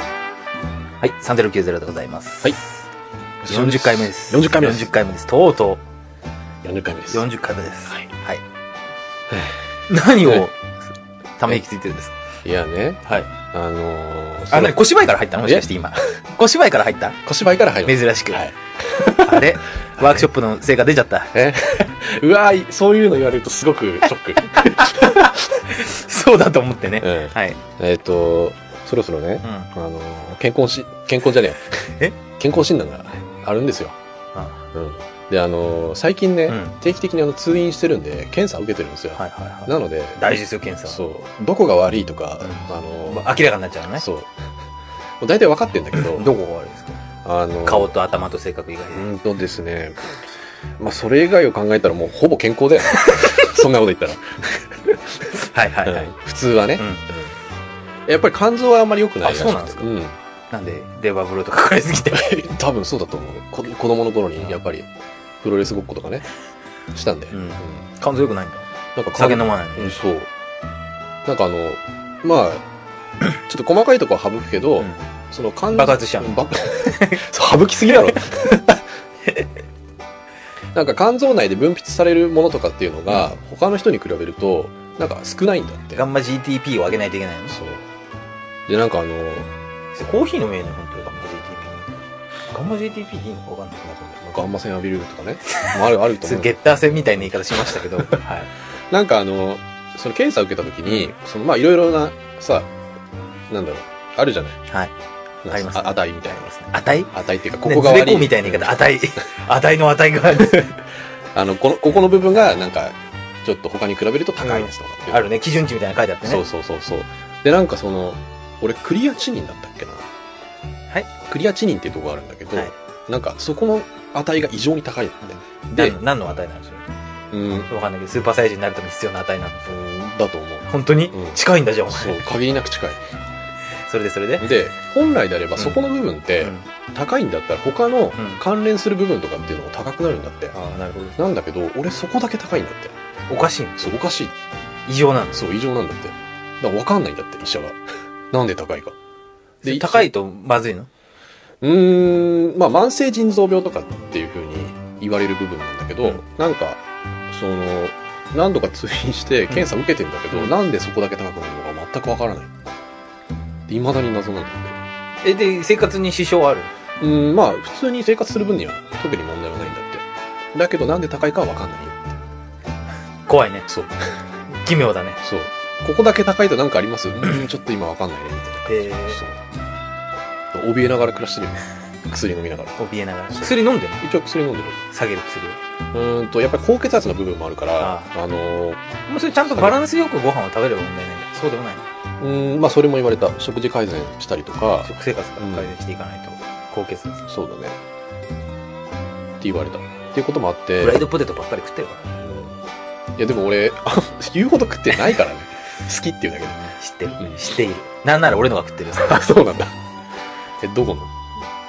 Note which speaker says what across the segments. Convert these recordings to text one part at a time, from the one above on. Speaker 1: はい、3090でございます。
Speaker 2: はい。
Speaker 1: 40回目です。
Speaker 2: 40回目です
Speaker 1: 40回目です。とうと
Speaker 2: 40回目で
Speaker 1: う
Speaker 2: す。
Speaker 1: 40回目です。
Speaker 2: はい
Speaker 1: はい。何を、ため息ついてるんですか
Speaker 2: いやね、
Speaker 1: はい。
Speaker 2: あのー、
Speaker 1: あ、
Speaker 2: その
Speaker 1: なに、小芝居から入ったのもしかして今。小芝居から入った
Speaker 2: 小芝居から入る。
Speaker 1: 珍しく。
Speaker 2: はい。
Speaker 1: あれワークショップの成果出ちゃった。
Speaker 2: え うわーそういうの言われるとすごくショック。
Speaker 1: そうだと思ってね
Speaker 2: う。ん
Speaker 1: はい。
Speaker 2: えっと、そろそろね
Speaker 1: う、ん。
Speaker 2: あのー、健康し、健康じゃねえ
Speaker 1: え。
Speaker 2: 健康診断があるんですよ。
Speaker 1: あ
Speaker 2: うん。で、あのー、最近ね、
Speaker 1: うん
Speaker 2: 定期的にあの通院してるんで、検査を受けてるんですよ。
Speaker 1: はいはいは
Speaker 2: なので、
Speaker 1: い。大事ですよ、検査は。
Speaker 2: そう、どこが悪いとか、
Speaker 1: うん
Speaker 2: あのー、
Speaker 1: まあ明らかになっちゃうのね。
Speaker 2: そう。もう大体分かってんだけど、
Speaker 1: どこが悪いですか
Speaker 2: あのー、
Speaker 1: 顔と頭と性格以外
Speaker 2: う
Speaker 1: で。
Speaker 2: ーんとですね、まあ、それ以外を考えたらもうほぼ健 康だよね。そんなこと言ったら。
Speaker 1: はいはいはい。
Speaker 2: うん普通はね
Speaker 1: う、ん。
Speaker 2: やっぱり肝臓はあんまり良くないらしくて
Speaker 1: あそうなんですか
Speaker 2: うん。
Speaker 1: なんで、デバブロとかかかりす ぎて。
Speaker 2: 多分そうだと思う。こ子供の頃にやっぱりプロレスごっことかね、したんで。
Speaker 1: う
Speaker 2: うんん
Speaker 1: 肝臓良くないんだ。
Speaker 2: なんか
Speaker 1: 酒飲まないのに。
Speaker 2: うん、そう。なんかあの、まあ、ちょっと細かいとこは省くけど、
Speaker 1: うん
Speaker 2: その肝
Speaker 1: 爆発しちゃうの
Speaker 2: ば 省き すぎだろ。なんか肝臓内で分泌されるものとかっていうのが、他の人に比べると、なんか少ないんだって。
Speaker 1: ガンマ GTP を上げないといけないの
Speaker 2: そう。で、なんかあの、
Speaker 1: コーヒー飲めるの本当にガンマ GTP。ガンマ GTP でいいのかわかんない。
Speaker 2: ガンマ線浴びるとかね。もある、あると
Speaker 1: そ
Speaker 2: 思
Speaker 1: れ
Speaker 2: う。
Speaker 1: ゲッター戦みたいな言い方しましたけど。はい。
Speaker 2: なんかあの、その検査受けた時に、そのまあいろいろな、さ、なんだろう、あるじゃない。
Speaker 1: はい。ありますね
Speaker 2: 値みたいな。
Speaker 1: 値
Speaker 2: 値っていうか、こ
Speaker 1: こ
Speaker 2: こ
Speaker 1: こ
Speaker 2: が
Speaker 1: が
Speaker 2: 悪い。
Speaker 1: 悪い。みたいな言い方。値。値の値が
Speaker 2: あの、この、ここの部分が、なんか、ちょっと他に比べると高いですとかっていう、
Speaker 1: あるね。基準値みたいなの書いてあってね。
Speaker 2: そうそうそうそう。で、なんかその、俺、クリアチニンだったっけな。
Speaker 1: はい。
Speaker 2: クリアチニンっていうとこがあるんだけど、
Speaker 1: はい
Speaker 2: なんか、そこの値が異常に高いんだって。で
Speaker 1: 何、の何の値なんでしょ
Speaker 2: うん、うん
Speaker 1: うわかんないけど、スーパーサイズになるために必要な値なの。
Speaker 2: だと思う。
Speaker 1: 本当に
Speaker 2: うん
Speaker 1: 近いんだじゃん、お前。
Speaker 2: そう、限りなく近い。
Speaker 1: それでそれで。
Speaker 2: で、本来であれば、
Speaker 1: うん
Speaker 2: そこの部分って、
Speaker 1: うん
Speaker 2: 高いんだったら、他の
Speaker 1: ん
Speaker 2: 関連する部分とかっていうのも高くなるんだって。
Speaker 1: ああ、なるほど。
Speaker 2: なんだけど、俺、そこだけ高いんだって。
Speaker 1: おかしいの
Speaker 2: そう、おかしい。
Speaker 1: 異常なんです。
Speaker 2: そう、異常なんだって。だから分かんないんだって、医者が。 なんで高いか。
Speaker 1: で高いとまずいの
Speaker 2: うーん、まあ、慢性腎臓病とかっていうふうに言われる部分なんだけど、
Speaker 1: うん
Speaker 2: なんか、その、何度か通院して検査受けてんだけど、
Speaker 1: うん
Speaker 2: なんでそこだけ高くなるのか全くわからない。で未だに謎なんだっ
Speaker 1: え、で、生活に支障ある
Speaker 2: て。うん、まあ、普通に生活する分には特に問題はないんだって。だけど、なんで高いかはわかんないよ。
Speaker 1: 怖いね。
Speaker 2: そう。
Speaker 1: 奇妙だね。
Speaker 2: そう。ここだけ高いと何かありますうーん、ちょっと今わかんないね、みたいな。
Speaker 1: え
Speaker 2: そう。怯えながら暮らしてるよ。薬飲みながら。
Speaker 1: ー、怯えながら。
Speaker 2: そう
Speaker 1: 薬飲んでんの
Speaker 2: 一応薬飲んでる。
Speaker 1: 下げる薬を。
Speaker 2: うーんと、やっぱり高血圧の部分もあるから、
Speaker 1: あ
Speaker 2: あのー、
Speaker 1: もうそれちゃんとバランスよくご飯を食べれば問題ないんだそうでもないの
Speaker 2: うーん、まあそれも言われた。食事改善したりとか、
Speaker 1: 食生活から改善していかないと高血圧
Speaker 2: そうだね。って言われた。っていうこともあっ
Speaker 1: フ
Speaker 2: て、
Speaker 1: ライドポテトばっかり食ってるか
Speaker 2: いやでも俺、 あ言うほど食ってないからね。好きっていうだけで。
Speaker 1: ら知ってる
Speaker 2: うん
Speaker 1: 知っているなんなら俺のが食ってるよ
Speaker 2: あ、そうなんだ。え、どこの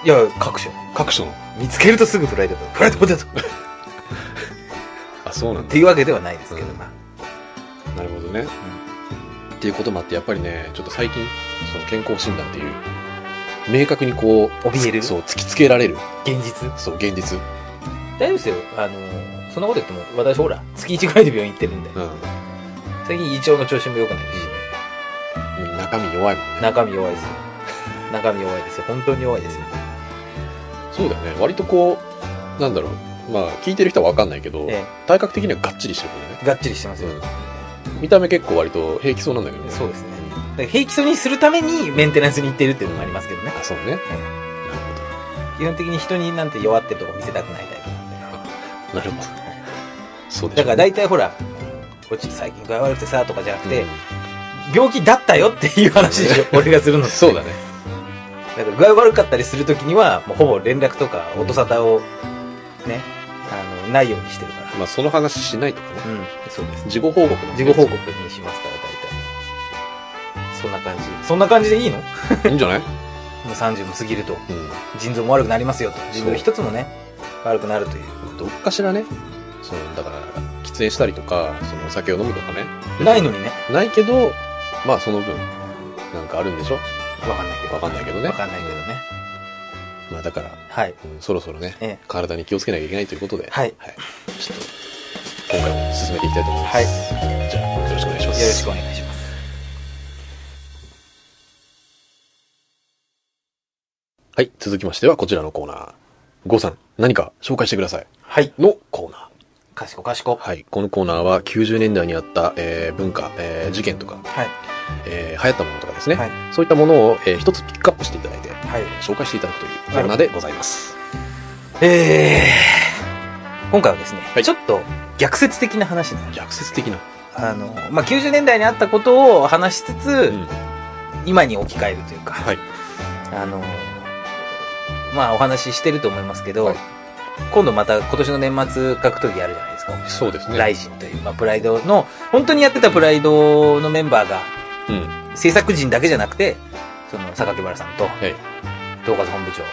Speaker 1: いや各所
Speaker 2: 各所の
Speaker 1: 見つけるとすぐフライドポテトフライドポテトっ
Speaker 2: あ、そうなんだ
Speaker 1: て。いうわけではないですけど
Speaker 2: うん
Speaker 1: ま
Speaker 2: なるほどね、っていうこともあってやっぱりねちょっと最近その健康診断っていう明確にこう
Speaker 1: 怯える
Speaker 2: つそう突きつけられる
Speaker 1: あ現実
Speaker 2: そう現実
Speaker 1: 大丈夫ですよあのーそんなこと言っても私ほら月1ぐらいで病院行ってるんで
Speaker 2: うん
Speaker 1: 最近胃腸の調子も良くないし
Speaker 2: 中身弱いもんね
Speaker 1: 中身弱いですよ中身弱いですよ本当に弱いですよ
Speaker 2: そうだよね割とこうなんだろうまあ聞いてる人は分かんないけど、
Speaker 1: え
Speaker 2: 体格的にはがっちりしてるんだよ
Speaker 1: えがっちりしてますよ
Speaker 2: ね、うん、見た目結構割と平気そうなんだけどね
Speaker 1: そうですねだから平気そうにするためにメンテナンスに行ってるっていうのもありますけどね
Speaker 2: あそうね、なる
Speaker 1: 基本的に人になんて弱ってるとこ見せたくないタイプなんで。
Speaker 2: ほどなるほどそうでし
Speaker 1: だ
Speaker 2: ょう
Speaker 1: から大体ほら、こっち最近具合悪くてさとかじゃなくて、
Speaker 2: うん
Speaker 1: 病気だったよっていう話 でしょ、俺がするのって。
Speaker 2: そうだね
Speaker 1: だから具合悪かったりするときには、もうほぼ連絡とか音沙汰をね、あの、ないようにしてるから。
Speaker 2: まあその話しないとかね
Speaker 1: うん、そうです。
Speaker 2: 事後報告の
Speaker 1: 事後報告にしますから、大体。そんな感じ。そんな感じでいいのも
Speaker 2: いいんじゃないう
Speaker 1: 30も過ぎると、
Speaker 2: うん
Speaker 1: 腎臓も悪くなりますよと。腎臓
Speaker 2: そう
Speaker 1: 一つもね、悪くなるという。
Speaker 2: どっかしらね、その、だから、喫煙したりとか、その、お酒を飲むとかね。
Speaker 1: ないのにね、
Speaker 2: ないけど、まあ、その分、なんかあるんでしょ
Speaker 1: わかんないけど。
Speaker 2: わかんないけどね
Speaker 1: わ。かんないけどね。
Speaker 2: まあだから、
Speaker 1: はい。
Speaker 2: うんそろそろね、
Speaker 1: ええ
Speaker 2: 体に気をつけなきゃいけないということで、
Speaker 1: はい
Speaker 2: ちょっと、今回も進めていきたいと思います。じゃあ、よろしくお願いします。
Speaker 1: よろしくお願いします。
Speaker 2: はい、続きましてはこちらのコーナー。ゴーさん、何か紹介してください。
Speaker 1: はい。
Speaker 2: のコーナー。
Speaker 1: かしこかしこ。
Speaker 2: はい、このコーナーは90年代にあった、えー文化、えー事件とか、
Speaker 1: はい。
Speaker 2: えー流行ったものとかですね、
Speaker 1: はい
Speaker 2: そういったものを、えー一つピックアップしていただいて、
Speaker 1: はい。
Speaker 2: 紹介していただくというコーナーでございます。
Speaker 1: えー、今回はですね、
Speaker 2: はい
Speaker 1: ちょっと逆説的な話なんです
Speaker 2: 逆説的な。
Speaker 1: あの、まあ、90年代にあったことを話しつつ、
Speaker 2: うん
Speaker 1: 今に置き換えるというか、
Speaker 2: はい
Speaker 1: あの、まあ、お話ししてると思いますけど、
Speaker 2: はい
Speaker 1: 今度また今年の年末格闘技あるじゃないですか。
Speaker 2: そうですね。
Speaker 1: ライジンという、まあ、プライドの、本当にやってたプライドのメンバーが、
Speaker 2: うん。
Speaker 1: 制作陣だけじゃなくて、その、榊原さんと、
Speaker 2: い
Speaker 1: 統括本部長、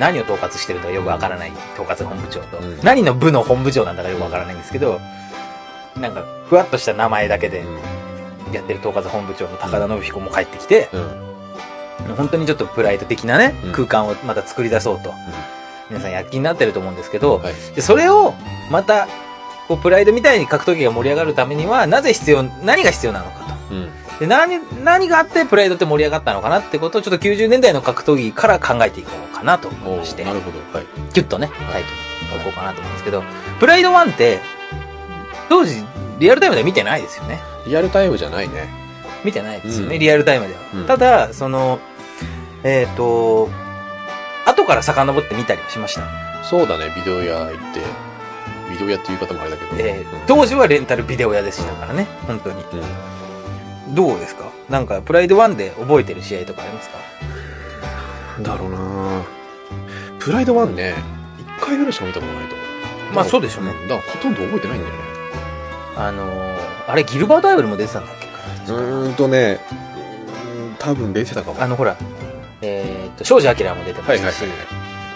Speaker 1: 何を統括してるのかよくわからない統括本部長と、
Speaker 2: うん
Speaker 1: 何の部の本部長なんだかよくわからないんですけど、なんか、ふわっとした名前だけでやってる統括本部長の高田信彦も帰ってきて、
Speaker 2: うん。うん。
Speaker 1: 本当にちょっとプライド的なね
Speaker 2: うん、
Speaker 1: 空間をまた作り出そうと、皆さん躍起になってると思うんですけど、
Speaker 2: はい。
Speaker 1: でそれをまたこうプライドみたいに格闘技が盛り上がるためにはなぜ必要何が必要なのか
Speaker 2: うん。
Speaker 1: とで何何があってプライドって盛り上がったのかなってことをちょっと90年代の格闘技から考えていこうかなと思い
Speaker 2: お
Speaker 1: まし
Speaker 2: ー
Speaker 1: て
Speaker 2: なるほど。はい。
Speaker 1: ギュッとねタイトル書こうかなと思うんですけどプライド1って当時リアルタイムでは見てないですよね
Speaker 2: リアルタイムじゃないね。
Speaker 1: 見てないですよね、
Speaker 2: うん
Speaker 1: リアルタイムでは、
Speaker 2: うん
Speaker 1: ただそのえっ、と後から遡って見たりはしました、
Speaker 2: そうだね、ビデオ屋行って、ビデオ屋っていう言い方もあれだけど。
Speaker 1: えー
Speaker 2: うん
Speaker 1: 当時はレンタルビデオ屋でしたからね本当に
Speaker 2: うん
Speaker 1: どうですかなんか、プライド1で覚えてる試合とかありますか
Speaker 2: だろうなプライドワンね、一回ぐらいしか見たことないと思う。
Speaker 1: まあそうでしょうね
Speaker 2: んだからほとんど覚えてないんだよね。
Speaker 1: あのー、あれ、ギルバート・アイブルも出てたんだっけ
Speaker 2: うーんとね、多分出てたかも。
Speaker 1: あの、ほら、えーっと、庄司明も出てま
Speaker 2: はい
Speaker 1: し
Speaker 2: は
Speaker 1: た
Speaker 2: いは
Speaker 1: し、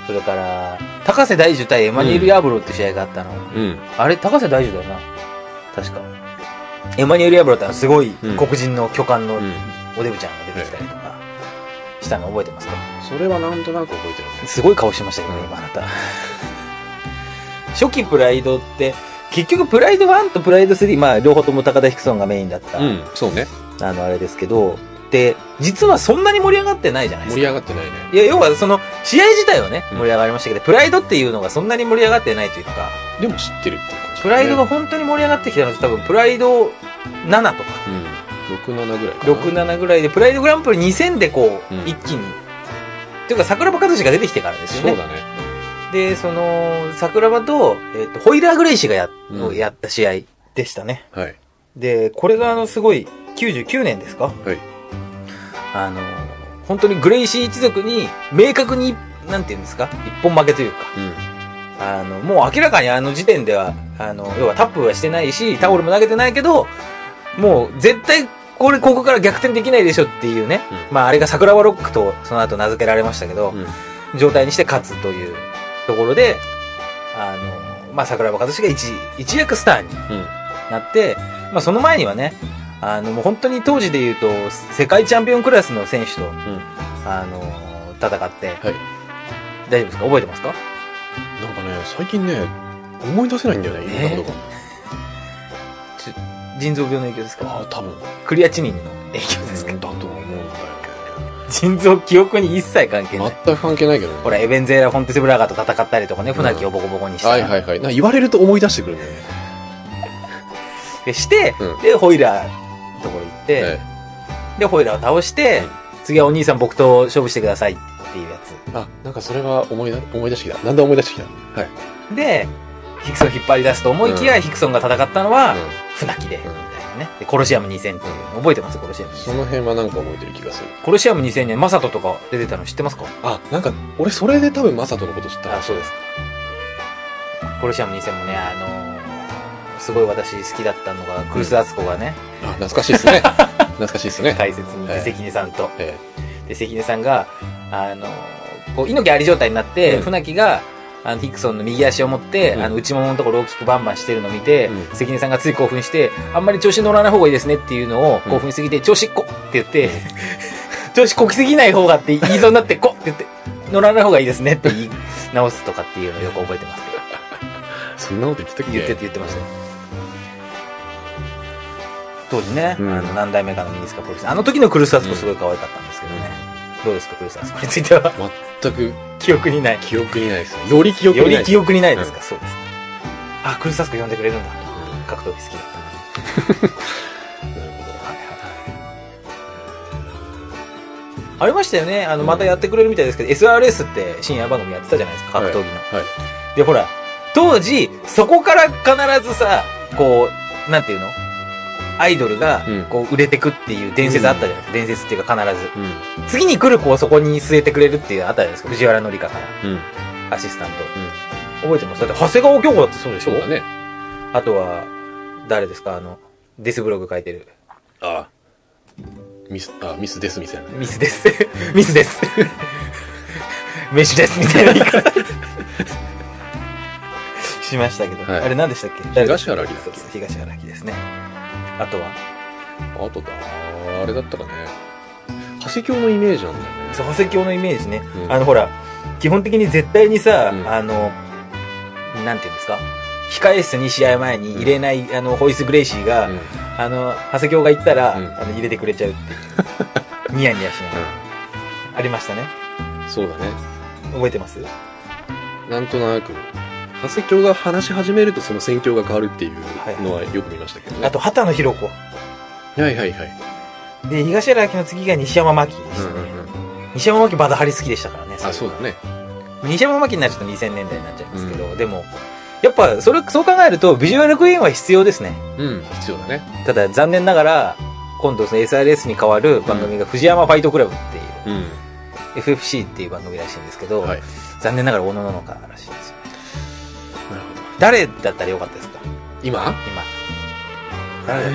Speaker 1: それから、高瀬大樹対エマニュエル・ヤブロって試合があったの。
Speaker 2: い。うん。
Speaker 1: あれ、高瀬大樹だよな。確か。エマニュエル・ヤブロってあのすごい
Speaker 2: うん
Speaker 1: 黒人の巨漢の
Speaker 2: うん。
Speaker 1: おデブちゃんが出てきたりとかしたの覚えてますか
Speaker 2: それはなんとなく覚えてるね。
Speaker 1: すごい顔してましたけどね、今あなた。初期プライドって、結局プライド1とプライド3、まあ両方とも高田ヒクソンがメインだった、
Speaker 2: うん、そうね。
Speaker 1: あのあれですけど、で、実はそんなに盛り上がってないじゃないです
Speaker 2: 盛り
Speaker 1: か。
Speaker 2: 上がってないね。
Speaker 1: いや、要はその、試合自体はね、
Speaker 2: うん
Speaker 1: 盛り上がりましたけど、プライドっていうのがそんなに盛り上がってないというか、
Speaker 2: でも知ってるっていう感じ、ね。
Speaker 1: プライドが
Speaker 2: うん。
Speaker 1: 本当に盛り上がってきたのって多分、プライド7とか、
Speaker 2: 6、7ぐらいかな。
Speaker 1: 6、7ぐらいで、プライドグランプリ2000でこう、
Speaker 2: うん
Speaker 1: 一気に。というか、桜庭和志が出てきてからですよね。
Speaker 2: そうだね。
Speaker 1: で、その、桜庭と、えっ、と、ホイラー・グレイシーがや、
Speaker 2: うん
Speaker 1: をやった試合でしたね。
Speaker 2: はい。
Speaker 1: で、これがあの、すごい、99年ですか
Speaker 2: はい。
Speaker 1: あの、本当にグレイシー一族に、明確に、なんていうんですか一本負けというか。
Speaker 2: うん。
Speaker 1: あの、もう明らかにあの時点では、あの、要はタップはしてないし、タオルも投げてないけど、もう絶対、これ、ここから逆転できないでしょっていうね。
Speaker 2: うん
Speaker 1: まあ、あれが桜庭ロックと、その後名付けられましたけど、
Speaker 2: うん。
Speaker 1: 状態にして勝つというところで、あの、まあ、桜庭和志が一、一躍スターに
Speaker 2: うん。
Speaker 1: なって、まあ、その前にはね、あの、もう本当に当時で言うと、世界チャンピオンクラスの選手と、
Speaker 2: ん
Speaker 1: あの、戦って、
Speaker 2: はい。
Speaker 1: 大丈夫ですか覚えてますか
Speaker 2: なんかね、最近ね、思い出せないんだよね、いろんなことが。
Speaker 1: 腎臓病の影響です
Speaker 2: ああ、
Speaker 1: か
Speaker 2: 多分。
Speaker 1: クリアチニンの影響ですか
Speaker 2: だと思うんだよね。
Speaker 1: 腎臓記憶に一切関係ない。
Speaker 2: 全く関係ないけどね。
Speaker 1: ほら、エベンゼーラ・フォンテスブラガーと戦ったりとかね、船木をボコボコにした
Speaker 2: はい
Speaker 1: り
Speaker 2: はいはい。なんか言われると思い出してくるんだよね。
Speaker 1: でして、
Speaker 2: うん
Speaker 1: で、ホイラーのところ行って、
Speaker 2: はい
Speaker 1: で、ホイラーを倒して、
Speaker 2: うん
Speaker 1: 次はお兄さん僕と勝負してくださいっていうやつ。
Speaker 2: あ、なんかそれは思い出、思い出してきた。なんで思い出してきたはい。
Speaker 1: で、ヒクソン引っ張り出すと思いきや、ヒクソンが戦ったのは、船木で、みたいなね。で、コロシアム2000っていうの覚えてますコロシアム
Speaker 2: うん。そ
Speaker 1: 2000。
Speaker 2: の辺はなんか覚えてる気がする。
Speaker 1: コロシアム2000にマサトとか出てたの知ってますか
Speaker 2: あ、なんか、俺それで多分マサトのこと知った。
Speaker 1: あ、そうです。コロシアム2000もね、あのーすごい私好きだったのが、クルス・アツコがね、
Speaker 2: あ懐かしいっ すね。懐かしいっすね。
Speaker 1: 解説にいて
Speaker 2: はい
Speaker 1: 関根さんと。
Speaker 2: え
Speaker 1: で、関根さんが、あの、こう、猪木あり状態になって、
Speaker 2: うん
Speaker 1: 船木が、あの、ヒクソンの右足を持って、
Speaker 2: うん
Speaker 1: あの、内もものところを大きくバンバンしてるのを見て、
Speaker 2: うん
Speaker 1: 関根さんがつい興奮して、あんまり調子乗らない方がいいですねっていうのを、
Speaker 2: うん
Speaker 1: 興 奮しすぎて、調子っこって言って、調子こきすぎない方がって言いそうになって、こって言って、乗らない方がいいですねって言い直すとかっていうのをよく覚えてますけど。
Speaker 2: そんなこと言ってたっけ
Speaker 1: 言って、言ってましたよ。当時ね、
Speaker 2: うん
Speaker 1: あの何代目かのミニスカポリス。あの時のクルスアスコすごい可愛かったんですけどね。どうですか、クルスアスコについては。
Speaker 2: 全く
Speaker 1: 記憶にない。
Speaker 2: 記憶にないですねより記憶に
Speaker 1: よ
Speaker 2: ない
Speaker 1: り
Speaker 2: です
Speaker 1: 記憶にないですか、
Speaker 2: う
Speaker 1: そうです。あ、クルスアスコ呼んでくれるんだ。 格闘技好きだった。
Speaker 2: なるほ
Speaker 1: は
Speaker 2: ど
Speaker 1: いはいありましたよね。あの、またやってくれるみたいですけど、SRS って深夜番組やってたじゃないですか、格闘技の。
Speaker 2: はい
Speaker 1: で、ほら、当時、そこから必ずさ、こう、なんていうのアイドルが
Speaker 2: うん、
Speaker 1: こう、売れてくっていう伝説あったじゃないですか。伝説っていうか必ず。
Speaker 2: うん
Speaker 1: 次に来る子をそこに据えてくれるっていうのあったじゃないですか。藤原紀香さ
Speaker 2: うんうん
Speaker 1: ん、アシスタント。覚えてますだって、長谷川京子だってそうでしょ
Speaker 2: そうだね
Speaker 1: あとは、誰ですかあの、デスブログ書いてる。
Speaker 2: ああミスあミスですみたいなね
Speaker 1: ミスです。 ミスです。飯です。みたいな言い方。 しましたけど。
Speaker 2: はい
Speaker 1: あれ何でしたっけ
Speaker 2: 東原明だっけ
Speaker 1: そうそう東原明ですね。あとは、
Speaker 2: あとだあれだったかね長谷京のイメージなんだよね
Speaker 1: 長谷教のイメージね。
Speaker 2: うん
Speaker 1: あの、ほら、基本的に絶対にさ、
Speaker 2: うん
Speaker 1: あの、なんていうんですか控え室に試合前に入れない、あの、ホイス・グレイシーが、
Speaker 2: うん
Speaker 1: あの、長谷教が行ったら、
Speaker 2: うん
Speaker 1: あの入れてくれちゃうっていう。 ニヤニヤしながら。ありましたね。
Speaker 2: うんそうだね
Speaker 1: 覚えてます
Speaker 2: なんとなく長谷京が話し始めるとその戦況が変わるっていうのはよく見ましたけどね、
Speaker 1: あと、畑野博子。
Speaker 2: はいはいはい、
Speaker 1: で、東原明の次が西山真紀でしたね。西山真紀バダハリ好きでしたからね。
Speaker 2: あそうだね
Speaker 1: 西山真紀になると2000年代になっちゃいますけど、でも、やっぱ、それ、そう考えると、ビジュアルクイーンは必要ですね。
Speaker 2: うん必要だね
Speaker 1: ただ、残念ながら、今度その SRS に変わる番組が藤山ファイトクラブっていう、
Speaker 2: う
Speaker 1: FFC っていう番組らしいんですけど、
Speaker 2: はい
Speaker 1: 残念ながら小野のからしいですよね。
Speaker 2: なるほど
Speaker 1: 誰だったらよかったですか
Speaker 2: 今
Speaker 1: 今。誰だった
Speaker 2: え
Speaker 1: ら、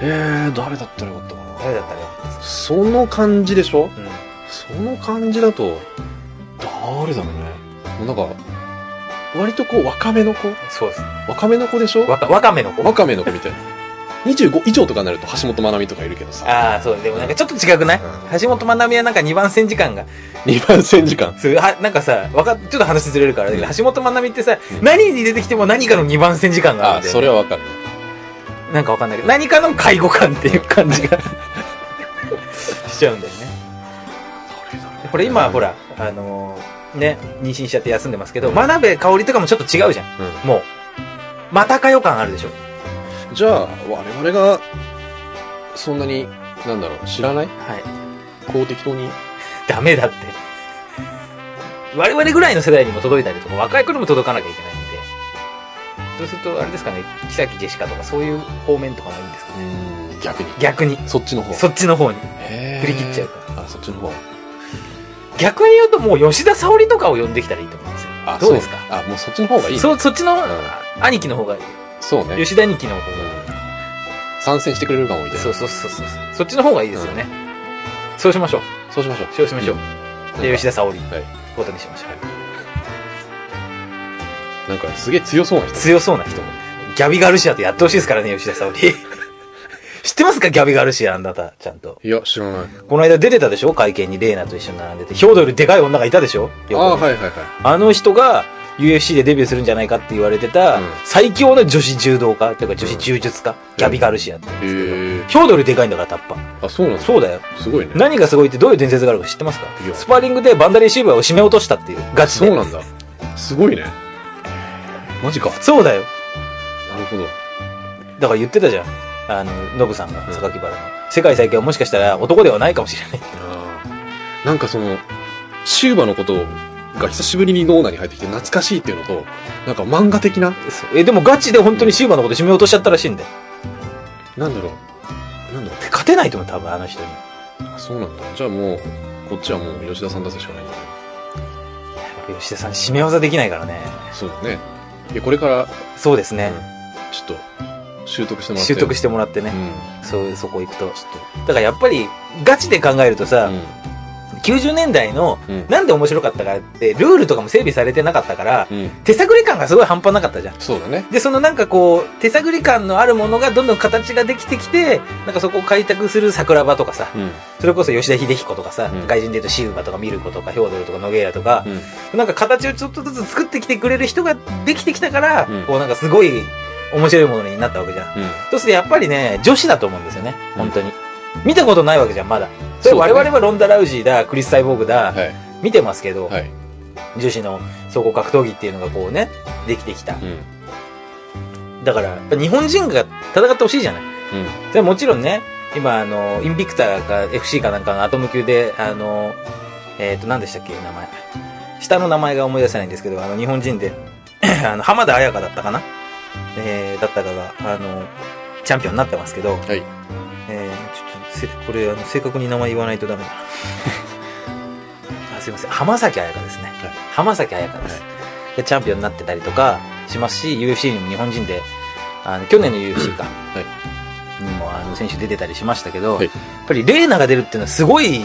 Speaker 2: えー誰だったらよかったか
Speaker 1: 誰だったらよかったです
Speaker 2: な
Speaker 1: か
Speaker 2: その感じでしょ
Speaker 1: うん。
Speaker 2: その感じだと誰だろうねもうなんか割とこう若めの子
Speaker 1: そうです。
Speaker 2: 若めの子でしょ
Speaker 1: わか、わかめの子
Speaker 2: 若めの子みたいな25以上とかになると橋本まなみとかいるけどさ
Speaker 1: ああ、そう。でもなんかちょっと違くない、
Speaker 2: う
Speaker 1: 橋本まなみはなんか2番線時間が
Speaker 2: 2番線時間
Speaker 1: そうはなんかさわかちょっと話ずれるからだけど、
Speaker 2: うん
Speaker 1: 橋本まなみってさ、
Speaker 2: うん
Speaker 1: 何に出てきても何かの2番線時間がある
Speaker 2: あ
Speaker 1: んだよ、ね、
Speaker 2: それはわかる
Speaker 1: なんかわかんないけど何かの介護感っていう感 じがしちゃうんだよねこれ今ほ
Speaker 2: ら
Speaker 1: らあのーね妊娠しちゃって休んでますけど、真鍋かおりとかもちょっと違うじゃんもうまたかよ感あるでしょ
Speaker 2: じゃあ我々がそんなになんだろう知らない
Speaker 1: はい
Speaker 2: こう適当に
Speaker 1: ダメだって我々ぐらいの世代にも届いたりとか若い子にも届かなきゃいけないんでそうするとあれですかね木崎ジェシカとかそういう方面とかもいいんですかね
Speaker 2: 逆に
Speaker 1: 逆に
Speaker 2: そっちの方
Speaker 1: そっちの方に。
Speaker 2: へー
Speaker 1: 振り切っちゃうか
Speaker 2: あそっちの方
Speaker 1: 逆に言うともう吉田沙保里とかを呼んできたらいいと思うんですよ。
Speaker 2: あ
Speaker 1: どうですか
Speaker 2: そあもうそっちの方がいい
Speaker 1: そ、そっちの
Speaker 2: ん
Speaker 1: 兄貴の方がいい。
Speaker 2: そうね
Speaker 1: 吉田兄貴の方
Speaker 2: う
Speaker 1: が
Speaker 2: ん参戦してくれるかもみたいな
Speaker 1: そうそうそうそう。そっちの方がいいですよね。そうしましょう。
Speaker 2: そうしましょう
Speaker 1: そうしましょう。
Speaker 2: なん
Speaker 1: じゃあ
Speaker 2: か
Speaker 1: 吉田沙保里
Speaker 2: はい
Speaker 1: ことにしましょう。
Speaker 2: なんかすげえ強そうな人
Speaker 1: 強そうな人。ギャビガルシアとやってほしいですからね、吉田沙保里。 知ってますかギャビガルシアあなた、ちゃんと。
Speaker 2: いや知らない
Speaker 1: この間出てたでしょ会見にレイナと一緒に並んでて。ヒョードよりでかい女がいたでしょ
Speaker 2: あ
Speaker 1: 横に
Speaker 2: あはいはいはい
Speaker 1: あの人が UFC でデビューするんじゃないかって言われてた、
Speaker 2: うん
Speaker 1: 最強の女子柔道家、というか女子柔術家、ギャビガルシアって言うんですけど、
Speaker 2: へえ
Speaker 1: 強度よりでかいんだから、タッパー。
Speaker 2: あそうなんだ
Speaker 1: そうだよ。
Speaker 2: すごいね
Speaker 1: 何がすごいってどういう伝説があるか知ってますか
Speaker 2: いや
Speaker 1: スパーリングでバンダレーシーバーを締め落としたっていう、ガチで。
Speaker 2: そうなんだすごいねマジか
Speaker 1: そうだよ。
Speaker 2: なるほど
Speaker 1: だから言ってたじゃん。あの、ノブさんが
Speaker 2: う、ん
Speaker 1: 榊原の。世界最強はもしかしたら男ではないかもしれない。
Speaker 2: あーなんかその、シューバのことが久しぶりに脳内に入ってきて懐かしいっていうのと、なんか漫画的な、
Speaker 1: え、でもガチで本当にシーバーのこと締め落としちゃったらしいんだよ。
Speaker 2: なんだろう。なんだろ
Speaker 1: 勝てないと思う、多分あの人に。
Speaker 2: う。あそうなんだ。じゃあもう、こっちはもう吉田さん出すしかないんだね。
Speaker 1: 吉田さん、締め技できないからね。
Speaker 2: そうだね。いや、これから、
Speaker 1: そうですね。
Speaker 2: うんちょっと、習得してもらって。。
Speaker 1: 習得しててもらってね。
Speaker 2: うん。
Speaker 1: そう、そこ行くと。
Speaker 2: ちょっ
Speaker 1: だからやっぱり、ガチで考えると
Speaker 2: と。
Speaker 1: さ、
Speaker 2: うん。
Speaker 1: 90年代の
Speaker 2: うん
Speaker 1: なんで面白かったかってルールとかも整備されてなかったから
Speaker 2: うん
Speaker 1: 手探り感がすごい半端なかったじゃん
Speaker 2: そうだね
Speaker 1: でそのなんかこう手探り感のあるものがどんどん形ができてきてなんかそこを開拓する桜庭とかさ
Speaker 2: うん
Speaker 1: それこそ吉田秀彦とかさ、
Speaker 2: うん
Speaker 1: 外人で言うとシウバとかミルコとかヒョードルとかノゲイラとか、
Speaker 2: うん
Speaker 1: なんか形をちょっとずつ作ってきてくれる人ができてきたから、
Speaker 2: うん
Speaker 1: こうなんかすごい面白いものになったわけじゃん
Speaker 2: うん
Speaker 1: そうするとやっぱりね、女子だと思うんですよね。
Speaker 2: うん
Speaker 1: 本当に。見たことないわけじゃん、まだ。それ
Speaker 2: そうだ
Speaker 1: 我々
Speaker 2: ね
Speaker 1: はロンダ・ラウジーだ、クリス・サイボーグだ、
Speaker 2: はい
Speaker 1: 見てますけど、
Speaker 2: はい
Speaker 1: 女子の総合格闘技っていうのがこうね、できてきた。
Speaker 2: うん
Speaker 1: だから、やっぱ日本人が戦ってほしいじゃない。
Speaker 2: うん
Speaker 1: それはもちろんね、今、あの、インビクターか FC かなんかのアトム級で、あの、えっ、と、何でしたっけ、名前。下の名前が思い出せないんですけど、あの、日本人で、 あの、浜田彩香だったかなえー、だったかが、あの、チャンピオンになってますけど、
Speaker 2: はい
Speaker 1: えー、ちょっとせ、これ、あの、正確に名前言わない とダメだな。あすいません。浜崎彩香ですね。浜崎彩香です、で。チャンピオンになってたりとかしますし、UFC にも日本人で、あの、去年の UFC か。にも、あの、選手出てたりしましたけど、
Speaker 2: はい
Speaker 1: やっぱり、レーナが出るっていうのはすごい、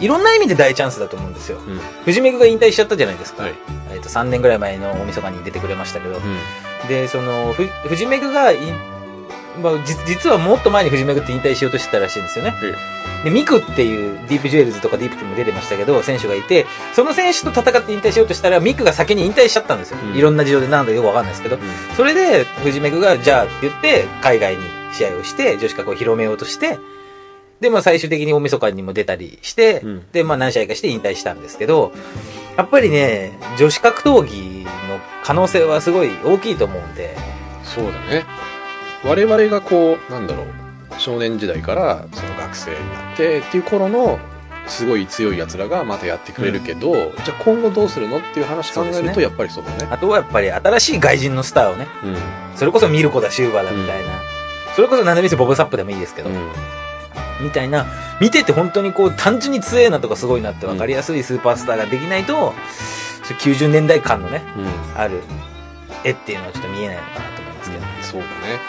Speaker 1: いろんな意味で大チャンスだと思うんですよ。
Speaker 2: うんうん
Speaker 1: 藤目が引退しちゃったじゃないですか。
Speaker 2: はい
Speaker 1: えっと、3年ぐらい前の大晦日に出てくれましたけど、
Speaker 2: うん
Speaker 1: で、その、ふ藤めぐがい、まあ、じ実はもっと前に藤めぐって引退しようとしてたらしいんですよね。で、ミクっていうディープジュエルズとかディープティも出てましたけど、選手がいて、その選手と戦って引退しようとしたら、ミクが先に引退しちゃったんですよ。
Speaker 2: うん
Speaker 1: いろんな事情でなんだかよくわかんないですけど。それで、藤めぐが、じゃあって言って、海外に試合をして、女子格を広めようとして、で、まあ最終的に大晦日にも出たりして、
Speaker 2: うん
Speaker 1: で、まあ何試合かして引退したんですけど、やっぱりね、女子格闘技の可能性はすごい大きいと思うんで、
Speaker 2: そうだね我々がこうなんだろう少年時代からその学生になってっていう頃のすごい強いやつらがまたやってくれるけど、じゃあ今後どうするのっていう話考
Speaker 1: そ
Speaker 2: え
Speaker 1: うです
Speaker 2: ると
Speaker 1: ね
Speaker 2: やっぱりそうだね
Speaker 1: あとはやっぱり新しい外人のスターをね、それこそミルコだ、シューバーだみたいな、それこそ何でもいいですよボブサップでもいいですけど、
Speaker 2: うん、うん
Speaker 1: みたいな、見てて本当にこう単純に強えなとかすごいなって分かりやすいスーパースターができないと、そう90年代間のね、
Speaker 2: うん
Speaker 1: ある絵っていうのはちょっと見えないのかなと思いますけど、
Speaker 2: そうだね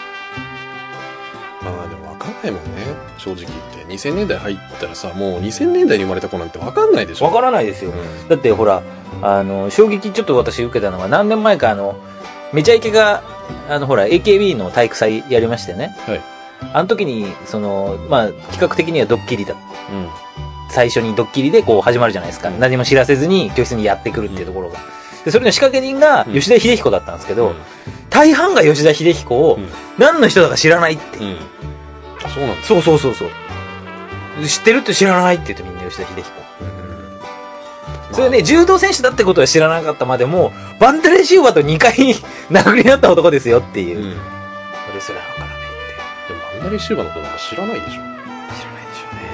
Speaker 2: まあでも分かんないもんね正直言って2000年代入ったらさもう2000年代に生まれた子なんて分かんないでしょ
Speaker 1: わからないですよ、
Speaker 2: う
Speaker 1: だってほらあの衝撃ちょっと私受けたのが何年前かあのめちゃイケがあのほら AKB の体育祭やりましてね、
Speaker 2: はい
Speaker 1: あの時にそのまあ企画的にはドッキリだ
Speaker 2: んうん
Speaker 1: 最初にドッキリでこう始まるじゃないですか、
Speaker 2: うん
Speaker 1: 何も知らせずに教室にやってくるっていうところがでそれの仕掛け人が
Speaker 2: うん
Speaker 1: 吉田秀彦だったんですけど、大半が吉田秀彦を
Speaker 2: うん
Speaker 1: 何の人だか知らないって、
Speaker 2: うんあそうなんだ
Speaker 1: そうそうそうそう知ってるって知らないって言ってみんな吉田秀彦それはね、柔道選手だってことは知らなかったまでも、バンダレシウバと2回殴り合った男ですよっていうう。
Speaker 2: んでも
Speaker 1: 俺それはわからない
Speaker 2: あんなにシューバのことなんか知らないでしょ
Speaker 1: って。知らない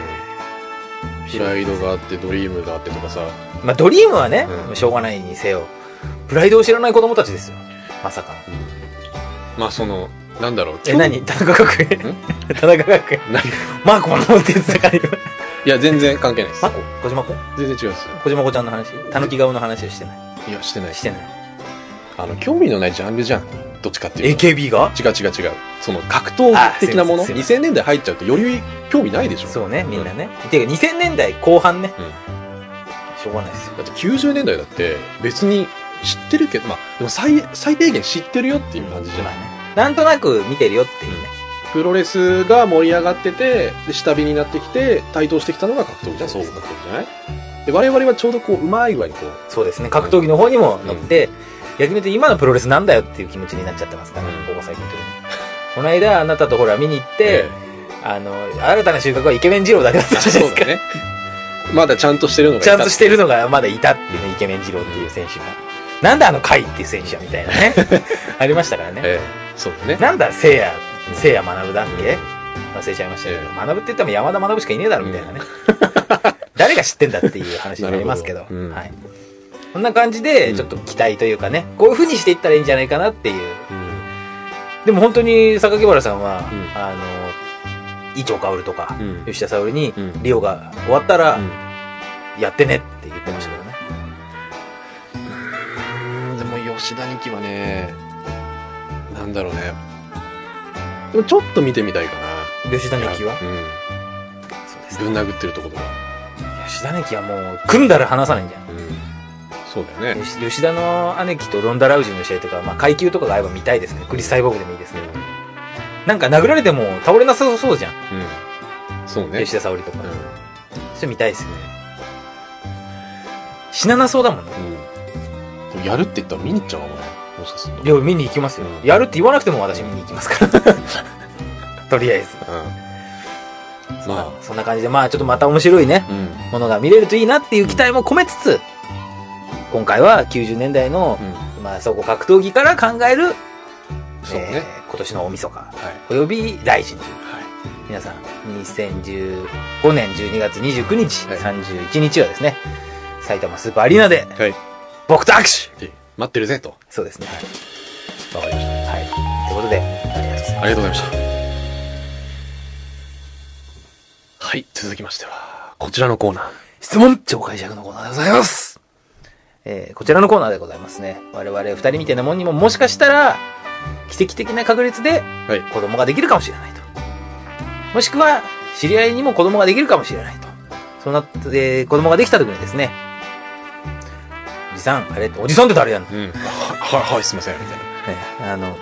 Speaker 1: でし
Speaker 2: プライドがあってドリームがあってとかさ
Speaker 1: ょうね。まあドリームはね、
Speaker 2: うん
Speaker 1: しょうがないにせよ。プライドを知らない子供たちですよ。まさかの。
Speaker 2: まあそのなんだろう
Speaker 1: え、何 田中学園
Speaker 2: ん
Speaker 1: 田中学園。
Speaker 2: 何い
Speaker 1: マーコの手伝いが。
Speaker 2: や全然関係ないです
Speaker 1: マコ小島子
Speaker 2: 全然違うんですよ
Speaker 1: 小島子ちゃんの話たぬき顔の話をしてない。
Speaker 2: いやしてない
Speaker 1: してない。
Speaker 2: あの興味のないジャンルじゃんどっちかっていうと
Speaker 1: AKB が
Speaker 2: 違う違う違うその格闘技的なもの
Speaker 1: あすいま
Speaker 2: 2000年代入っちゃうとより興味ないでしょ
Speaker 1: そうね、みんなね。ていうか2000年代後半ね。
Speaker 2: うん
Speaker 1: しょうがないですよ。
Speaker 2: だって90年代だって別に知ってるけどまあでも最最低限知ってるよっていう感じじゃ
Speaker 1: ま
Speaker 2: な
Speaker 1: あ
Speaker 2: い
Speaker 1: ね。なんとなく見てるよっていうね。
Speaker 2: プロレスが盛り上がっててで下火になってきて台頭してきたのが格闘技じゃん総合格闘技じゃないで我々はちょうどこううまい具合にこう
Speaker 1: そうですね格闘技の方にも乗って、逆に言うと今のプロレスなんだよっていう気持ちになっちゃってますから、
Speaker 2: うん
Speaker 1: ここ最近というのはこの間あなたとほら見に行って、あの新たな収穫はイケメン二郎だけだったじゃないで
Speaker 2: そう
Speaker 1: すか、
Speaker 2: だ ねまだちゃんとしてるのがい
Speaker 1: ち
Speaker 2: た
Speaker 1: ゃんとしてるのがまだいたっていうねイケメン二郎っていう選手が、なんだあの甲斐っていう選手はみたいな ねありましたからね、
Speaker 2: ええそうだね
Speaker 1: なんだせいや
Speaker 2: うん
Speaker 1: せいや学ぶだっけ、忘れちゃいましたけど、
Speaker 2: ええ
Speaker 1: 学ぶって言っても山田学ぶしかいねえだろみたい なね、誰が知ってんだっていう話になりますけど
Speaker 2: なるほどうん
Speaker 1: はい、こんな感じで
Speaker 2: うん
Speaker 1: ちょっと期待というかね、こういう風にしていったらいいんじゃないかなっていう
Speaker 2: うん
Speaker 1: でも本当に榊原さんは、
Speaker 2: うん
Speaker 1: あの伊調薫とか、
Speaker 2: うん
Speaker 1: 吉田沙織に、
Speaker 2: うん
Speaker 1: リオが終わったら
Speaker 2: うん
Speaker 1: やってねって言ってましたけどね、
Speaker 2: うーんでも吉田二希はねなんだろうねでもちょっと見てみたいかな
Speaker 1: 吉田美希は
Speaker 2: うん
Speaker 1: そうです
Speaker 2: ぶん殴ってるとことか
Speaker 1: 吉田姉貴はもう、組んだら離さないんじゃん。
Speaker 2: うんそうだよね
Speaker 1: 吉吉田の姉貴とロンダ・ラウジの試合とか、まあ階級とかがあれば見たいですね。クリス・サイボーグでもいいですけど。なんか殴られても倒れなさそうじゃん。
Speaker 2: うんそうね
Speaker 1: 吉田沙保里とか。
Speaker 2: うん
Speaker 1: それ見たいですよね。死ななそうだもんね。
Speaker 2: うんでもやるって言ったら見に行っちゃうかもねもしかすると
Speaker 1: いや、見に行きますよ。やるって言わなくても私見に行きますから。 とりあえず。
Speaker 2: うん
Speaker 1: ま
Speaker 2: ま
Speaker 1: あ、そんな感じで、まあちょっとまた面白いね、
Speaker 2: あうん
Speaker 1: ものが見れるといいなっていう期待も込めつつ、今回は90年代の、
Speaker 2: うん
Speaker 1: まあ、総合格闘技から考える、
Speaker 2: そう
Speaker 1: え
Speaker 2: ね
Speaker 1: ー今年の大晦日、
Speaker 2: はい
Speaker 1: および大臣
Speaker 2: はい
Speaker 1: 皆さん、2015年12月29日、
Speaker 2: はい
Speaker 1: 31日はですね、埼玉スーパーアリーナで、
Speaker 2: はい
Speaker 1: 僕と握手
Speaker 2: で待ってるぜと
Speaker 1: そうですね。
Speaker 2: わかりました
Speaker 1: はい。ということで、ありがとうございます。
Speaker 2: ありがとうございましたはい続きましてはこちらのコーナー
Speaker 1: 質問超解釈のコーナーでございます。えー、こちらのコーナーでございますね。我々二人みたいなもんにももしかしたら、奇跡的な確率で
Speaker 2: はい
Speaker 1: 子供ができるかもしれないと。もしくは、知り合いにも子供ができるかもしれないと。そうなって、えー子供ができた時にですね、おじさん、あれおじさんって誰やんの、ね
Speaker 2: うん ははいはいすいませんみたいな
Speaker 1: あの、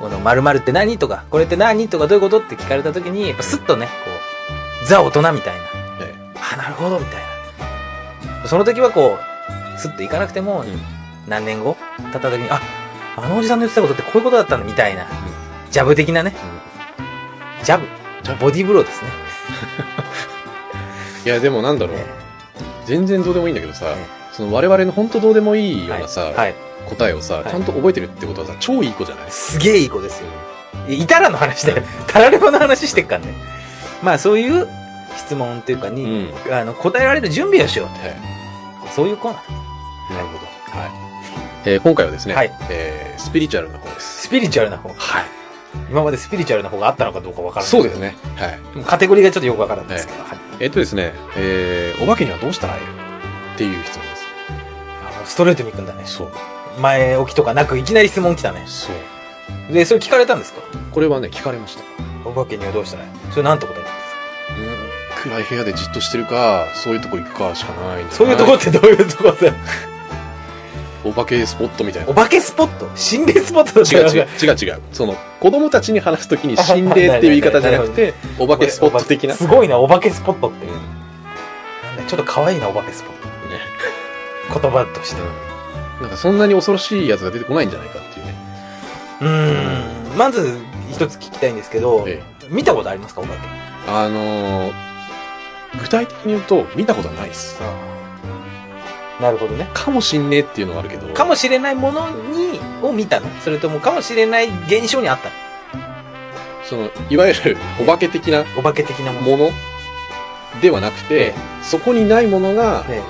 Speaker 1: この〇〇って何とか、これって何とかどういうことって聞かれた時に、やっぱスッとね、こう、ザ大人みたいな。
Speaker 2: え
Speaker 1: あ、なるほど、みたいな。その時はこう、スッと行かなくても、
Speaker 2: うん
Speaker 1: 何年後経った時に、あ、あのおじさんの言ってたことってこういうことだったんだ、みたいな。ジャブ的なね。ジャブ。
Speaker 2: ジャブ
Speaker 1: ボディーブローですね。
Speaker 2: いやでもなんだろう
Speaker 1: ね
Speaker 2: 全然どうでもいいんだけどさ
Speaker 1: ね
Speaker 2: その我々の本当どうでもいいような
Speaker 1: はい
Speaker 2: さ
Speaker 1: はい。
Speaker 2: 答えをさ
Speaker 1: はい
Speaker 2: ちゃんと覚えてるってことはさ超いい子じゃない
Speaker 1: すげえいい子ですよ。いいたらの話だよ。たらればの話してっからね。まあそういう質問というか
Speaker 2: う
Speaker 1: に、
Speaker 2: ん
Speaker 1: あの、答えられる準備をしよう
Speaker 2: はい
Speaker 1: と。そういうコーナー。
Speaker 2: なるほど。はい。えー今回はですね、
Speaker 1: はい
Speaker 2: えースピリチュアルな方です。
Speaker 1: スピリチュアルな方。
Speaker 2: はい。
Speaker 1: 今までスピリチュアルな方があったのかどうかわからない。
Speaker 2: そうです。ね。はい。
Speaker 1: カテゴリーがちょっとよくわからないですけど。はい
Speaker 2: えっとですね、えーお化けにはどうしたら会えるっていう質問で
Speaker 1: あもうストレートに行くんだね。
Speaker 2: す。そう。
Speaker 1: 前置きとかなくいきなり質問来たね
Speaker 2: そう。
Speaker 1: でそれ聞かれたんですか
Speaker 2: これはね、聞かれました。
Speaker 1: お化けにはどうしたらいいそれなんて答えたんです
Speaker 2: うん、暗い部屋でじっとしてるか、そういうとこ行くかしかないん
Speaker 1: か
Speaker 2: だ
Speaker 1: そういうとこってどういうとこだよ
Speaker 2: お化けスポットみたいな
Speaker 1: お。化けスポット心霊スポットだった
Speaker 2: 違う
Speaker 1: よ
Speaker 2: 違う違う違う。その、子供たちに話すときに心霊っていう言い方じゃなくて、お化けスポット的な。
Speaker 1: すごいなお化けスポットって、
Speaker 2: うん
Speaker 1: なんだよちょっと可愛いなお化けスポッ
Speaker 2: ね
Speaker 1: ト言葉として
Speaker 2: なんかそんなに恐ろしいやつが出てこないんじゃないかっていうね。
Speaker 1: うーんまず一つ聞きたいんですけど、
Speaker 2: ええ
Speaker 1: 見たことありますかお化け
Speaker 2: あのー具体的に言うと、見たことはないです。
Speaker 1: なるほどね
Speaker 2: かもしんねえっていうのはあるけど、
Speaker 1: かもしれないものにを見たのそれともかもしれない現象にあった
Speaker 2: その、いわゆるお化け的な
Speaker 1: のお化け的なもの
Speaker 2: ものではなくて、
Speaker 1: え
Speaker 2: そこにないものが
Speaker 1: ね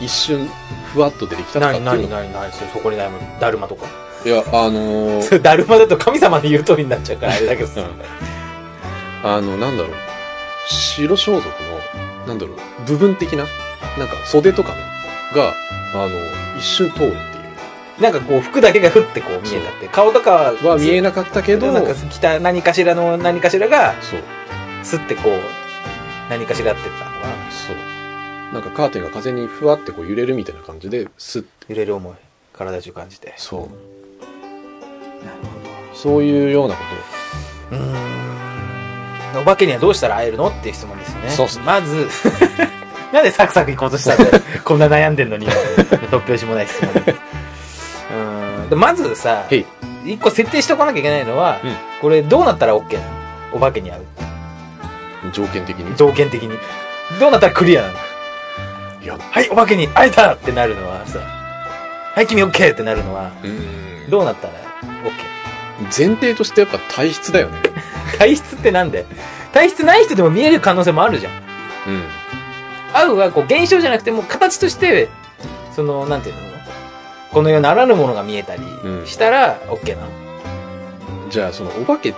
Speaker 2: 一瞬ふわっと出てきたとかって
Speaker 1: 何
Speaker 2: いう
Speaker 1: 何何
Speaker 2: の。
Speaker 1: 何それそこにないものだるまとか
Speaker 2: いや、あの
Speaker 1: そ
Speaker 2: ー
Speaker 1: れだるまだと神様の言う通りになっちゃう からあれだけどさ、
Speaker 2: うんあの、なんだろう、白装束の、なんだろう、部分的な、なんか袖とかのが、あの一瞬通るってい
Speaker 1: なんかこう服だけがふってこう見えたって顔とかは
Speaker 2: う。は見え
Speaker 1: な
Speaker 2: なかったけど、
Speaker 1: なんか着た何かしらの何かしらが
Speaker 2: そう。
Speaker 1: すってこう何かしらってたのは
Speaker 2: そう。なんかカーテンが風にふわってこう揺れるみたいな感じで、スッ
Speaker 1: 揺れる思い体中感じて
Speaker 2: そう。
Speaker 1: なるほ
Speaker 2: そういうようなこ
Speaker 1: どうーんお化けにはどうしたら会えるのっていう質問ですよね
Speaker 2: そうっす
Speaker 1: まず なんでサクサクいこうとしたん だよこんな悩んでんのに突拍子もない質問でうーんでまずさ
Speaker 2: と。へい。
Speaker 1: 一個設定しておかなきゃいけないのは、
Speaker 2: うん
Speaker 1: これどうなったら OK なのお化けに会う
Speaker 2: 条件的に。
Speaker 1: 条件的にどうなったらクリアなの
Speaker 2: いや、
Speaker 1: はいお化けに会えたってなるのはさはい君 OK ってなるのは
Speaker 2: うん
Speaker 1: どうなったら OK
Speaker 2: 前提としてやっぱ体質だよね。
Speaker 1: 体質ってなんで体質ない人でも見える可能性もあるじゃん
Speaker 2: うん。
Speaker 1: 会うはこう現象じゃなくてもう形としてそのなんていうのこの世ならぬものが見えたり
Speaker 2: うん
Speaker 1: したら OK なの、
Speaker 2: じゃあ、そのお化けっ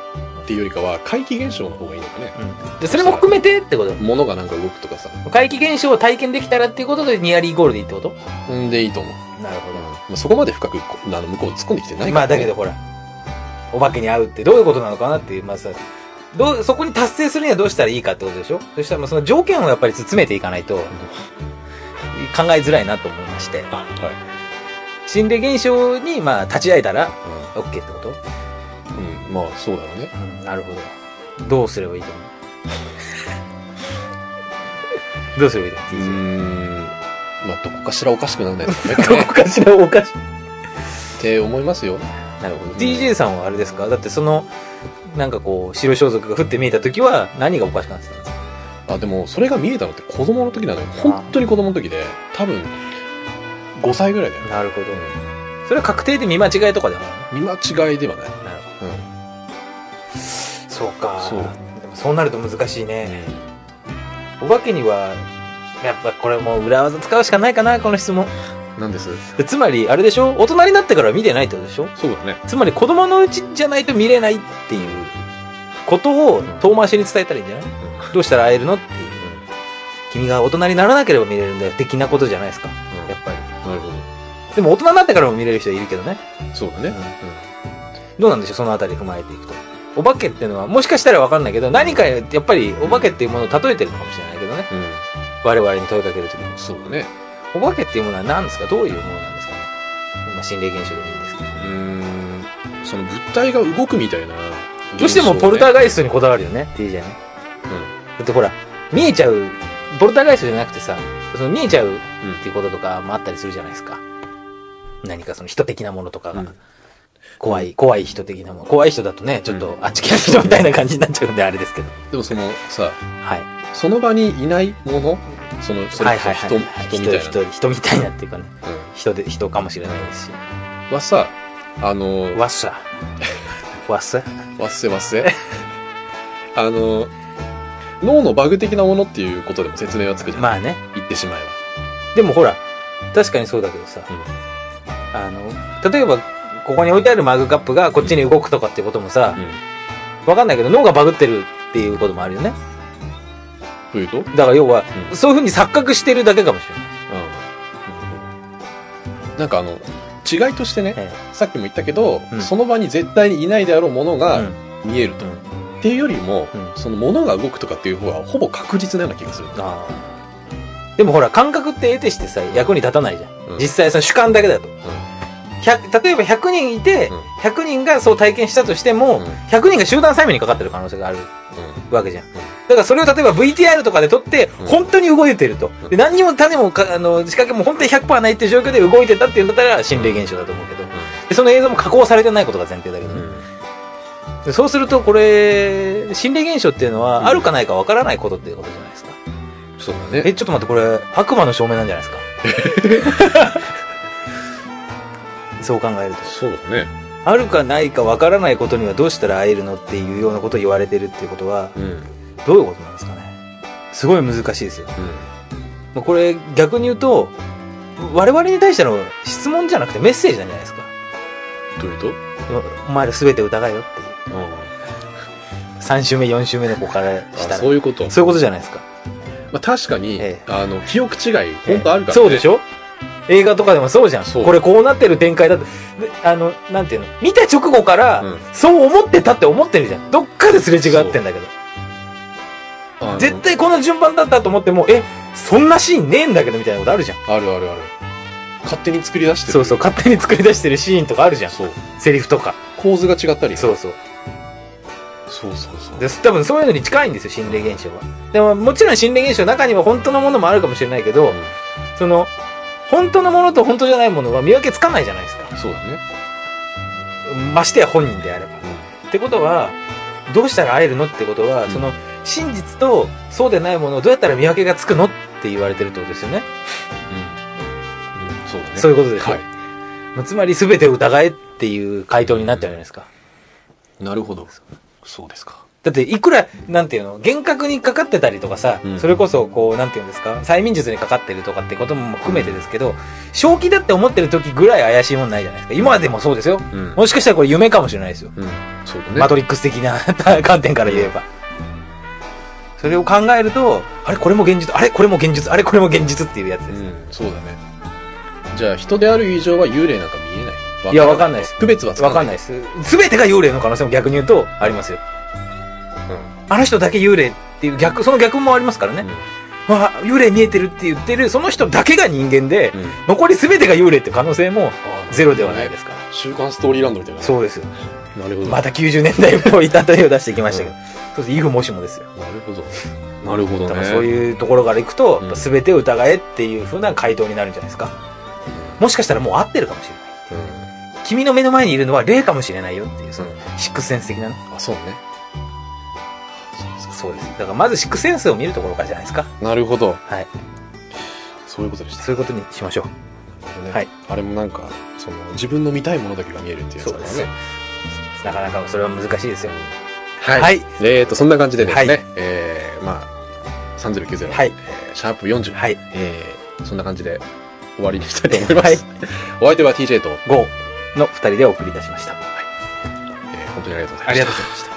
Speaker 2: ていうよりかは、怪奇現象の方がいいのかね。
Speaker 1: うん、でそれも含めてってこと
Speaker 2: 物がなんか動くとかさ。
Speaker 1: 怪奇現象を体験できたらっていうことでニアリーゴールでいいってこと
Speaker 2: んでいいと思う。
Speaker 1: なるほ
Speaker 2: うんまあ、そこまで深く、こあの、向こう突っ込んできてないから、ね。
Speaker 1: まあだけど。ほらお化けに会うってどういうことなのかなっていうまあさどうそこに達成するにはどうしたらいいかってことでしょそしたらもうその条件をやっぱり詰めていかないと考えづらいなと思いまして
Speaker 2: あは
Speaker 1: 心霊現象にまあ立ち会えたら
Speaker 2: い、うん
Speaker 1: OK ってこと、
Speaker 2: うん、まあそうだろうね。
Speaker 1: うん、なるほどどうすればいいと思うどうすればいいと
Speaker 2: うー、
Speaker 1: 思うん
Speaker 2: まあどこかしらおかしくならないとダメ
Speaker 1: TJ
Speaker 2: か
Speaker 1: ど
Speaker 2: ね
Speaker 1: こかしらおかしい
Speaker 2: って思いますよ。
Speaker 1: なるほど DJ さんはあれですかだってそのなんかこう白装束が降って見えた時は何がおかしくなってたんですか
Speaker 2: あ、でもそれが見えたのって子供の時なのよ。本当に子供の時で、多分5歳ぐらいだよね。
Speaker 1: なるほどそれは確定で見間違いとかではない
Speaker 2: 見間違いではない。
Speaker 1: なるほど
Speaker 2: うん。
Speaker 1: そうか
Speaker 2: そう
Speaker 1: でもそうなると難しいね、お化けにはやっぱこれもう裏技使うしかないかなこの質問
Speaker 2: なんです
Speaker 1: でつまりあれでしょ大人になってからは見てないってことでしょ
Speaker 2: そうだね。
Speaker 1: つまり子供のうちじゃないと見れないっていうことを遠回しに伝えたらいいんじゃないどうしたら会えるのっていう君が大人にならなければ見れるんだよ的なことじゃないですか
Speaker 2: うん
Speaker 1: やっぱり
Speaker 2: なるほど。
Speaker 1: でも大人になってからも見れる人いるけどね
Speaker 2: そうだね。
Speaker 1: どうなんでしょうそのあたり踏まえていくと。お化けっていうのは、もしかしたらわかんないけど、何かやっぱりお化けっていうものを例えてるのかもしれないけどね。
Speaker 2: うん。うん
Speaker 1: 我々に問いかけるときに。
Speaker 2: そうだね。
Speaker 1: お化けっていうものは何ですかどういうものなんですかね今、心霊現象でもいいんですけど
Speaker 2: う。ーん。その物体が動くみたいな、
Speaker 1: どうしてもポルター
Speaker 2: が、
Speaker 1: ガイストにこだわるよね、DJ ね。
Speaker 2: う
Speaker 1: だってほら、見えちゃう、ポルターガイストじゃなくてさ、その見えちゃうっ
Speaker 2: ん。うん
Speaker 1: ていうこととかもあったりするじゃないですか。何かその人的なものとかが。
Speaker 2: うん
Speaker 1: 怖い、怖い人的なもの。怖い人だとね、ちょっとあっち来た人みたいな感じになっちゃうんで、あれですけど。
Speaker 2: でもそのさ、
Speaker 1: はい。
Speaker 2: その場にいないもの、その、それこそ人、人みたいな。
Speaker 1: 人人人みたいなっていうかね
Speaker 2: うん
Speaker 1: 人で人かもしれないですし
Speaker 2: はさ、あの、わ
Speaker 1: わっさわっ さ
Speaker 2: っせわっせ。 あの、脳のバグ的なものっていうことでも説明はつくじゃん。
Speaker 1: まあね
Speaker 2: 言ってしまえ
Speaker 1: でもほら確かにそうだけどさ、
Speaker 2: うん
Speaker 1: あの例えばここに置いてあるマグカップがこっちに動くとかってことも
Speaker 2: ば。
Speaker 1: さ
Speaker 2: うん。
Speaker 1: わかんないけど脳がバグってるっていうこともあるよね
Speaker 2: というと、うん。
Speaker 1: だから要は、
Speaker 2: う
Speaker 1: そういうふうに錯覚してるだけかもしれない、
Speaker 2: なんかあの、違いとしてね、
Speaker 1: え
Speaker 2: さっきも言ったけど、
Speaker 1: うん
Speaker 2: その場に絶対にいないであろうもの
Speaker 1: え
Speaker 2: が
Speaker 1: うん
Speaker 2: 見えると。
Speaker 1: うん
Speaker 2: っていうよりも、
Speaker 1: うん
Speaker 2: そのものが動くとかっていう方はほぼ確実なような気がする。
Speaker 1: あーでもほら感覚って得てしてさ役に立たないじゃん、
Speaker 2: うん
Speaker 1: 実際その主観だけだと100例えば100人いて、
Speaker 2: うん
Speaker 1: 100人がそう体験したとしても、
Speaker 2: うん
Speaker 1: 100人が集団催眠にかかってる可能性がある
Speaker 2: う
Speaker 1: わけじゃん。だからそれを例えば VTR とかで撮って、
Speaker 2: うん
Speaker 1: 本当に動いてると。で、何にも種もか、あの、仕掛けも本当に100%ないっていう状況で動いてたっていうんだったら心霊現象だと思うけど。で、その映像も加工されてないことが前提だけど
Speaker 2: ん。う
Speaker 1: ね。
Speaker 2: ん。
Speaker 1: でそうするとこれ、心霊現象っていうの
Speaker 2: う
Speaker 1: は
Speaker 2: ん
Speaker 1: あるかないかわからないことっていうことじゃないですか。
Speaker 2: そうだ
Speaker 1: え、
Speaker 2: ね。
Speaker 1: ちょっと待って、これ悪魔の証明なんじゃないですか。 そう考えると。
Speaker 2: そうだね。
Speaker 1: あるかないかわからないことにはどうしたら会えるのっていうようなことを言われてるっていうことは、
Speaker 2: うん。うん。
Speaker 1: どういうことなんですかね。すごい難しいですよ。まあこれ逆に言うと、我々に対しての質問じゃなくてメッセージなんじゃないですか。
Speaker 2: というと、
Speaker 1: おお前ら全て疑えよっていう。3週目、4週目の子からし
Speaker 2: あ
Speaker 1: たら。
Speaker 2: そういうこと。
Speaker 1: そういうことじゃないですか。
Speaker 2: まあ、確かに、
Speaker 1: ええ
Speaker 2: あの、記憶違い、本当あるから、ね。
Speaker 1: そうでしょ映画とかでもそうじゃん。
Speaker 2: そう
Speaker 1: これこうなってる展開だと。であの、なんていうの見た直後から、
Speaker 2: うん
Speaker 1: そう思ってたって思ってるじゃん。どっかですれ違ってんだけど。
Speaker 2: あの
Speaker 1: 絶対この順番だったと思っても、え、そんなシーンねえんだけどみたいなことあるじゃん。
Speaker 2: あるあるある。勝手に作り出してる。
Speaker 1: そうそう、勝手に作り出してるシーンとかあるじゃん。
Speaker 2: そう。
Speaker 1: セリフとか。
Speaker 2: 構図が違ったり。
Speaker 1: そうそう。
Speaker 2: そうそうそう。
Speaker 1: で多分そういうのに近いんですよ、心霊現象は。でも、もちろん心霊現象の中には本当のものもあるかもしれないけど、
Speaker 2: う
Speaker 1: その、本当のものと本当じゃないものは見分けつかないじゃないですか。
Speaker 2: んそうだね。
Speaker 1: ましてや本人であれば。ってことは、どうしたら会えるのってことは、
Speaker 2: うん
Speaker 1: その、真実とそうでないものをどうやったら見分けがつくのって言われてるってことですよね。
Speaker 2: うん。うん。そうだね。
Speaker 1: そういうことです
Speaker 2: は
Speaker 1: よまあつまり全てを疑えっていう回答になっちゃうじゃないですか。
Speaker 2: い。なるほど。そうですか。
Speaker 1: だって、いくら、なんていうの、幻覚にかかってたりとかさ、
Speaker 2: うん
Speaker 1: それこそ、こう、なんていうんですか、催眠術にかかってるとかってことも含めてですけど、正気だって思ってる時ぐらい怪しいもんないじゃないですか。今でもそうですよ。
Speaker 2: うん。
Speaker 1: もしかしたらこれ夢かもしれないですよ。
Speaker 2: うん。そうだね。
Speaker 1: マトリックス的な 観点から言えば。それを考えると、あれこれも現実、あれこれも現実、あれこれも現実っていうやつ
Speaker 2: う
Speaker 1: です。
Speaker 2: ん。そうだね。じゃあ、人である以上は幽霊なんか見えない。
Speaker 1: いや、わかんないです。
Speaker 2: 区別はつ
Speaker 1: わかんないです。すべてが幽霊の可能性も逆に言うと、ありますよ。
Speaker 2: うん。
Speaker 1: あの人だけ幽霊っていう逆その逆もありますからね、まあ、幽霊見えてるって言ってるその人だけが人間で、
Speaker 2: うん
Speaker 1: 残り全てが幽霊って可能性もゼロではないですすから、
Speaker 2: 週刊ストーリーランドみたいな
Speaker 1: そうですよ
Speaker 2: うなるほど、
Speaker 1: また90年代っぽい例えを出してきましたけど、そうですイフもしもですよ
Speaker 2: なるほどなるほど
Speaker 1: だ
Speaker 2: ね
Speaker 1: からそういうところからいくと、
Speaker 2: うん
Speaker 1: 全てを疑えっていうふうな回答になるんじゃないですかもしかしたらもう合ってるかもしれない
Speaker 2: うん、
Speaker 1: 君の目の前にいるのは霊かもしれないよっていうその
Speaker 2: うん
Speaker 1: シックスセンス的なね
Speaker 2: あそうねそうですか
Speaker 1: そうですだからまずシックスセンスを見るところからじゃないですか
Speaker 2: なるほど
Speaker 1: はい
Speaker 2: そういうことでした
Speaker 1: そういうことにしましょう
Speaker 2: なるほどね
Speaker 1: はい
Speaker 2: あれもなんかその自分の見たいものだけが見えるっていうやつだから
Speaker 1: そうで
Speaker 2: ね
Speaker 1: なかなかそれは難しいですよ
Speaker 2: はい、
Speaker 1: はい
Speaker 2: えー、とそんな感じでですね、
Speaker 1: はい
Speaker 2: えー、まあ3090、
Speaker 1: はい
Speaker 2: えーシャープ40、
Speaker 1: はい
Speaker 2: えー、そんな感じで終わりにしたいと思います、
Speaker 1: はい
Speaker 2: お相手は TJ と、
Speaker 1: 5の2人でお送りいたしました、はい
Speaker 2: えー本当にありがとうございました
Speaker 1: ありがとうございました